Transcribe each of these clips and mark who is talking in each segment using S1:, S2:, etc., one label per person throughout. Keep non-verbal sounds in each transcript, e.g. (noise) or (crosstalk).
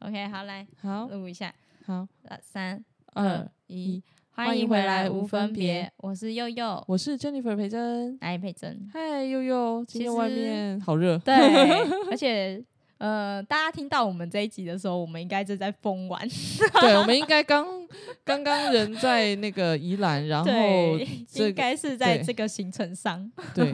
S1: OK，好，来
S2: 好
S1: 录一下，
S2: 好，
S1: 呃，三嗯
S2: 二，
S1: 一，
S2: 欢
S1: 欢
S2: 迎
S1: 迎
S2: 回
S1: 回
S2: 来
S1: 来
S2: 无
S1: 无
S2: 分
S1: 分别
S2: 别，
S1: 我是佑佑，
S2: 我是 Jennifer 裴珍。。
S1: 来佩珍
S2: 嗨，悠悠，
S1: 其
S2: 今天外
S1: 实
S2: 面好热。
S1: 对， (laughs) 而且呃，大家听到我们这一集的时候，我们应该正在疯玩， (laughs)
S2: 对，我们应该刚刚刚人在那个宜兰，然后
S1: 对，
S2: 这
S1: 应
S2: 个
S1: 该是在
S2: 对
S1: 这个行程上，
S2: 对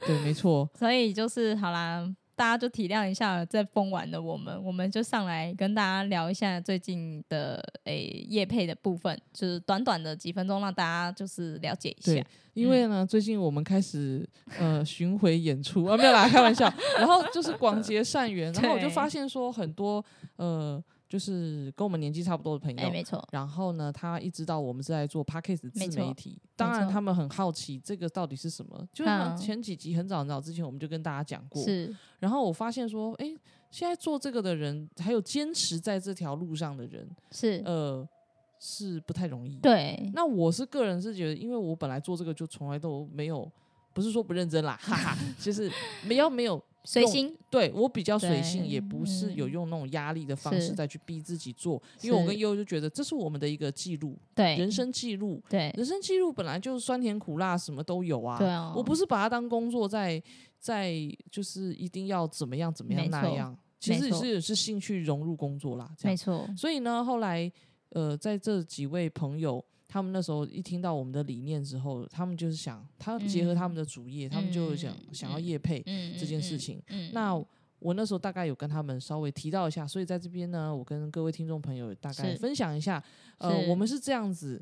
S2: 对，
S1: (laughs)
S2: 没错，
S1: 所以就是好啦。大家就体谅一下在疯玩的我们，我们就上来跟大家聊一下最近的诶业配的部分，就是短短的几分钟，让大家就是了解一下嗯
S2: 对。因为呢，最近我们开始呃巡回演出啊，没有啦，开玩笑。然后就是广结善缘，然后我就
S1: 对
S2: 发现说很多呃，就是跟我们年纪差不多的朋
S1: 哎，
S2: 友，
S1: 没错，
S2: 然后呢，他一知道我们是在做 podcast
S1: 没
S2: 自
S1: 错
S2: 媒体，当
S1: 没
S2: 然
S1: 错
S2: 他们很好奇这个到底是什么。就是好像
S1: 嗯
S2: 前几集很早很早之前我们就跟大家讲过，
S1: 是
S2: 然后我发现说，哎，现在做这个的人，还有坚持在这条路上的人，
S1: 是，
S2: 呃，是不太容易。，
S1: 对，
S2: 那我是个人是觉得，因为我本来做这个就从来都没有，不是说不认真啦，
S1: (laughs)
S2: 哈哈，就是没有没有
S1: 随
S2: 用
S1: 心，
S2: 对我比较随性，
S1: 对
S2: 也不是有
S1: 嗯
S2: 用那种压力的方式
S1: 是
S2: 再去逼自己做，因为我
S1: 是哎
S2: 跟悠悠就觉得这是我们的一个记录，
S1: 对，
S2: 人生记录。
S1: 对
S2: 人生记录本来就是酸甜苦辣，什么都有啊。
S1: 对啊
S2: 我不是把它当工作在在，就是一定要怎么样怎么样
S1: 没
S2: 那
S1: 错
S2: 样。其实
S1: 没
S2: 也
S1: 错
S2: 是也是兴趣融入工作啦，这
S1: 没
S2: 样。
S1: 错，
S2: 所以呢，后来呃，在这几位朋友，他们那时候一听到我们的理念之后，他们就是想，他结合他们的主业，他们就想、
S1: 嗯
S2: 想要
S1: 嗯
S2: 业配
S1: 嗯，
S2: 这件事
S1: 嗯，
S2: 情。
S1: 嗯，嗯
S2: 那我那时候大概有跟他们稍微提到一下，所以在这边呢，我跟各位听众朋友大概
S1: 是
S2: 分享一下，呃，
S1: 是
S2: 我们是这样子，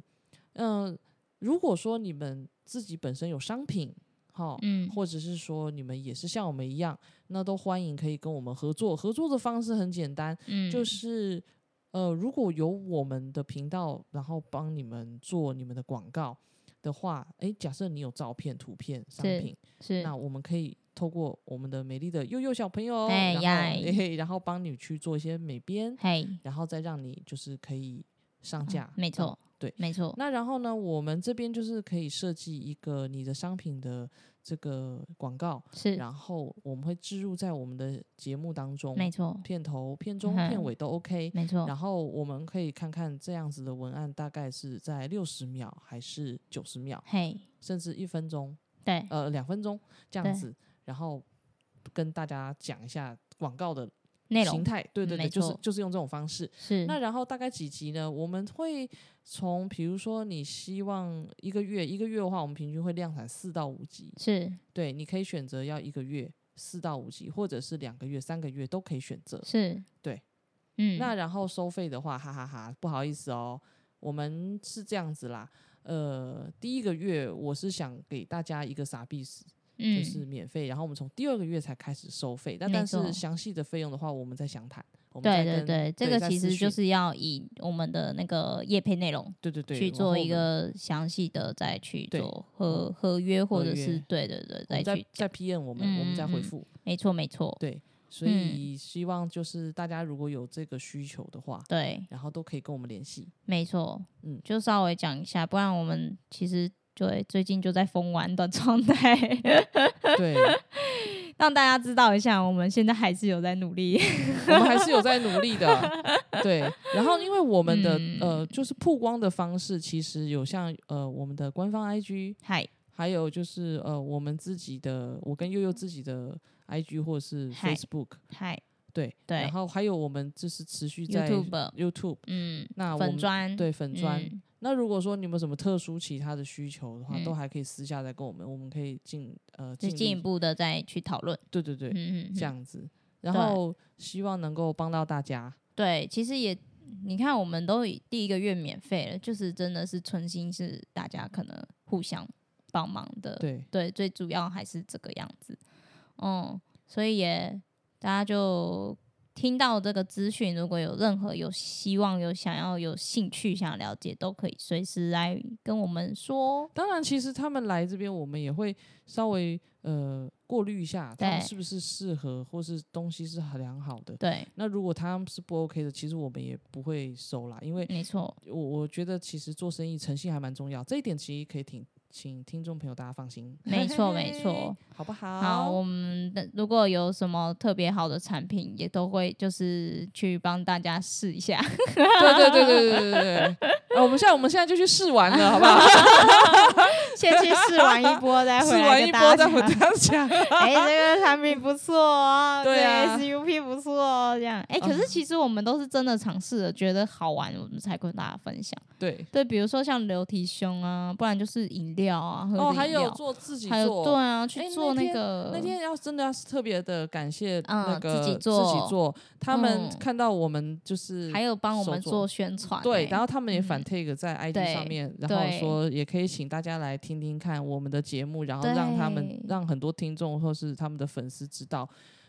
S2: 嗯、如果说你们自己本身有商品，哈，
S1: 嗯
S2: 或者是说你们也是像我们一样，那都欢迎可以跟我们合作。合作的方式很简单，
S1: 嗯
S2: 就是。呃，如果有我们的频道，然后帮你们做你们的广告的话，诶，假设你有照片、图片、商
S1: 是
S2: 品，
S1: 是
S2: 那我们可以透过我们的美丽的幼幼小朋友，
S1: 哎
S2: 然后、
S1: 呀
S2: 哎然后帮你去做一些美编，
S1: 嘿，
S2: 然后再让你就是可以上架。
S1: 哦没
S2: 嗯
S1: 错，
S2: 对
S1: 没错，
S2: 那然后呢，我们这边就是可以设计一个你的商品的这个广告，
S1: 是
S2: 然后我们会置入在我们的节目当中，
S1: 没错，
S2: 片头、片中、
S1: 嗯
S2: 片尾都 OK。
S1: 没错，
S2: 然后我们可以看看这样子的文案大概是在六十秒还是九十秒，
S1: 嘿，
S2: 甚至一分钟。
S1: 对，
S2: 呃两分钟这样
S1: 对
S2: 子，然后跟大家讲一下广告的
S1: 内
S2: 形
S1: 容
S2: 态。对
S1: 嗯
S2: 对对，
S1: 没
S2: 就是
S1: 错嗯
S2: 就是用这种方式。
S1: 是
S2: 那然后大概几集呢？我们会从比如说你希望一个月一个月的话，我们平均会量产四到五集。
S1: 是
S2: 对，你可以选择要一个月四到五集，或者是两个月、三个月都可以选择。
S1: 是，
S2: 呃对，
S1: 嗯，
S2: 那然后收费的话，哈哈哈不好意思哦，我们是这样子啦。呃，第一个月我是想给大家一个傻逼死。
S1: 嗯
S2: 就是免费，然后我们从第二个月才开始收费。那
S1: 没
S2: 但是
S1: 错
S2: 详细的费用的话，我们再详谈。我们
S1: 对
S2: 再
S1: 对
S2: 跟
S1: 对，这
S2: 对
S1: 个
S2: 再
S1: 其
S2: 私
S1: 实就
S2: 讯
S1: 是要以我们的那个业配内容
S2: 对对对
S1: 去
S2: 往
S1: 做
S2: 后
S1: 一
S2: 我们
S1: 个详细的再去
S2: 对
S1: 做合合约，或
S2: 合
S1: 者是
S2: 约
S1: 对对对，
S2: 我们再
S1: 去
S2: 再 PM 我们，我们再回
S1: 嗯嗯
S2: 复。
S1: 没错没错，
S2: 对，所以希望就是大家如果有这个需求的话，
S1: 对，
S2: 然后都可以跟我们
S1: (laughs)
S2: 联系。
S1: 没错，
S2: 嗯
S1: 嗯，就稍微讲一下，不然我们其实对最近就在疯玩的状态， (laughs)
S2: 对，
S1: 让大家知道一下，我们现在还是有在努力。
S2: 我们还是有在努
S1: (laughs)
S2: 力的。对，然后因为我们的
S1: 嗯
S2: 呃，就是曝光的方式，其实有像呃我们的官方 IG，
S1: 嗨，
S2: 还有就是呃我们自己的，我跟悠悠自己的 IG 或是
S1: 嗨
S2: Facebook。
S1: 嗨，
S2: 对
S1: 对
S2: 然后还有我们就是持续在
S1: YouTube
S2: YouTube
S1: 嗯，
S2: 那我
S1: 粉
S2: 们
S1: 砖，
S2: 对粉砖、
S1: 嗯
S2: 那如果说你们有什么特殊其他的需求的话，
S1: 嗯
S2: 都还可以私下再跟我们，我们可以进呃
S1: 就
S2: 尽
S1: 进一
S2: 力
S1: 步的再去讨论。
S2: 对对对、
S1: 嗯嗯，嗯
S2: 这样子，然后希望能够帮到大家。
S1: 对，其实也你看，我们都已第一个月免费了，就是真的是存心是大家可能互相帮忙的，
S2: 对，
S1: 对，最主要还是这个样子。嗯，所以也大家就听到这个资讯，如果有任何有希望、有想要、有兴趣想了解，都可以随时来跟我们说。
S2: 当然其实他们来这边，我们也会稍微呃过滤一下，他们
S1: 对
S2: 是不是适合，或是东西是很良好的。
S1: 对，
S2: 那如果他们是不 OK 的，其实我们也不会收啦，因为
S1: 没错，
S2: 我我觉得其实做生意诚信还蛮重要，这一点其实可以挺请听众朋友大家放心，
S1: 没错没错，
S2: (laughs) 好不好？
S1: 好，
S2: (laughs)
S1: 我们的如果有什么特别好的产品，也都会就是去帮大家试一下。
S2: 对对对对对
S1: (laughs)
S2: 对对对。呃，我们现在我们现在就去试玩了，好不好？
S1: 先去 (laughs) 试玩一波，再
S2: 试
S1: 回来
S2: 完
S1: 跟
S2: 一
S1: 大
S2: 波
S1: 家
S2: 再回
S1: 讲啊
S2: 家讲。
S1: (laughs)
S2: (laughs)
S1: 哎、这个产品不错哦，
S2: 对啊
S1: 这个 SUP 不错哦，这样。哎、可是
S2: 嗯
S1: 其实我们都是真的尝试了，觉得好玩，我们才跟大家分享。
S2: 对。
S1: 对，比如说像流体胸啊，不然就是饮料啊，喝着
S2: 哦，还
S1: 饮料
S2: 有做自己
S1: 还有对
S2: 做。
S1: 啊，
S2: 哎
S1: 去
S2: 那
S1: 做
S2: 天
S1: 个
S2: 那天要真的要是特别的感谢
S1: 嗯
S2: 那个
S1: 自己做
S2: 做，他们
S1: 嗯
S2: 看到我们就是
S1: 还有帮我们
S2: 手作
S1: 做宣传、
S2: 对，然
S1: 后
S2: 后他们也反
S1: 嗯
S2: take 在 IG
S1: 对
S2: 上面，然后
S1: 对
S2: 说也可以请大家来听听看我们的节目，然后让他们
S1: 对
S2: 让很多听众或是他们的粉丝知道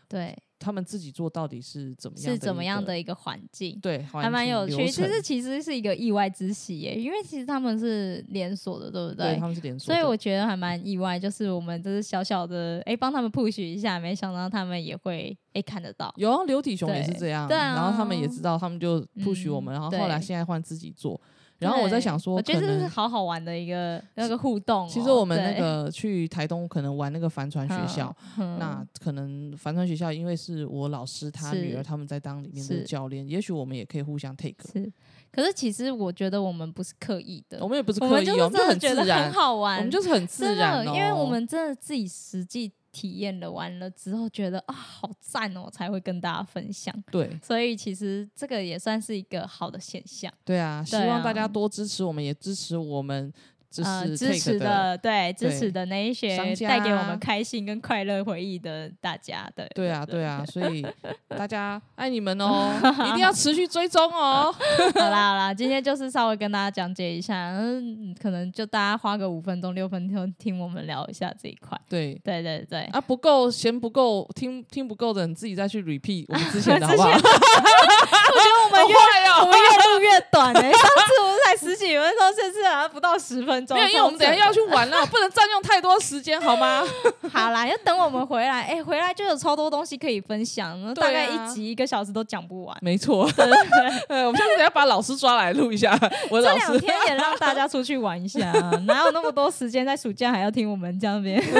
S1: 对
S2: 他们自己做到底是怎么样
S1: 是怎么样
S2: 一个
S1: 的一个环境。
S2: 对，
S1: 还
S2: 还
S1: 蛮有趣，其实
S2: 对
S1: 其实是一个意外之喜耶，因为其实他们是连锁的，对不
S2: 他们是连锁
S1: 所
S2: 的，
S1: 以我觉得还蛮意外，就是我们就是小小的哎帮、他们 push 一下，没想到他们也会哎、看得到，
S2: 有啊刘体雄也是这样，
S1: 对
S2: 然后他们也
S1: 啊
S2: 知道，他们就 push 我
S1: 嗯
S2: 们，然后后来
S1: 对
S2: 现在换自己做，然后我在
S1: 对
S2: 想说，
S1: 我觉得
S2: 可
S1: 这是
S2: 能
S1: 好好玩的一个那个互动哦、
S2: 其实我们那
S1: 对
S2: 个去台东可能玩那个帆船学校，，
S1: 嗯
S2: 那可能帆船学校，因为是我老师他
S1: 是
S2: 女儿他们在当里面的
S1: 是
S2: 教练，也许我们也可以互相 take。
S1: 是，可是其实我觉得我们不是刻意的，
S2: 我们也不是
S1: 我
S2: 刻
S1: 们
S2: 意
S1: 就
S2: 哦，
S1: 是
S2: 我们就
S1: 真的
S2: 很
S1: 觉
S2: 自
S1: 得很
S2: 然，
S1: 好
S2: 我
S1: 玩，
S2: 们就是很自
S1: 真
S2: 然
S1: 的，
S2: 哦。
S1: 因为我们真的自己实际体验了完了之后，觉得啊好赞哦，才会跟大家分享。
S2: 对
S1: 所以其实这个也算是一个好的现象，
S2: 对啊，希
S1: 对
S2: 望大
S1: 啊
S2: 家多支持我们，也支持我们支
S1: 呃，
S2: 持
S1: 支
S2: take
S1: 持的对支
S2: 对
S1: 持的那一些
S2: 商
S1: 带给我
S2: 家
S1: 们开心跟快乐回忆的大家，对
S2: 对啊，对啊，所以大家爱你们
S1: (laughs)
S2: 哦，一定要持续追踪哦。
S1: 好啦好啦，今天就是稍微跟大家讲解一下，嗯，可能就大家花个五分钟六分钟听我们聊一下这一块，
S2: 对
S1: 对对对，
S2: (laughs) 啊，不够嫌不够听听不够的，你自己再去 repeat 我们之前 (laughs) 哦的好不好？
S1: 我我觉得我们越、我们越录越短哎、上次我们才十几分钟，这次好像不到十分钟。
S2: (laughs) 没有，因为我们等一下要去玩了，不能占用太多时间，好 (laughs) 吗？
S1: 好啦，要等我们回来，哎、回来就有超多东西可以分享，那大
S2: 对
S1: 概
S2: 啊
S1: 一集一个小时都讲不
S2: (laughs)
S1: 完。
S2: 没错，呃，我们下次等一下把老师抓来录一下， (laughs) 我的
S1: 这
S2: 老
S1: 两
S2: 师。
S1: 天也让大家出去玩一下、 (laughs) 啊，哪有那么多时间在暑假还要听我们这样边？ (laughs)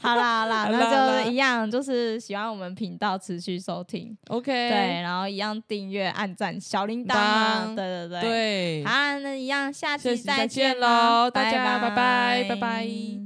S1: 好啦好啦，
S2: 好啦好
S1: 那
S2: 啦
S1: 就一样，就是喜欢我们频道持续收听，
S2: OK，
S1: 对，然后一样订阅、按赞、小铃铛，
S2: 当
S1: 对对对。
S2: 对
S1: 好，那一样，下
S2: 下
S1: 期
S2: 期再
S1: 见
S2: 见喽
S1: 大
S2: 大
S1: 家
S2: 家
S1: 拜拜，
S2: 拜拜
S1: 拜
S2: 拜
S1: 拜
S2: 拜。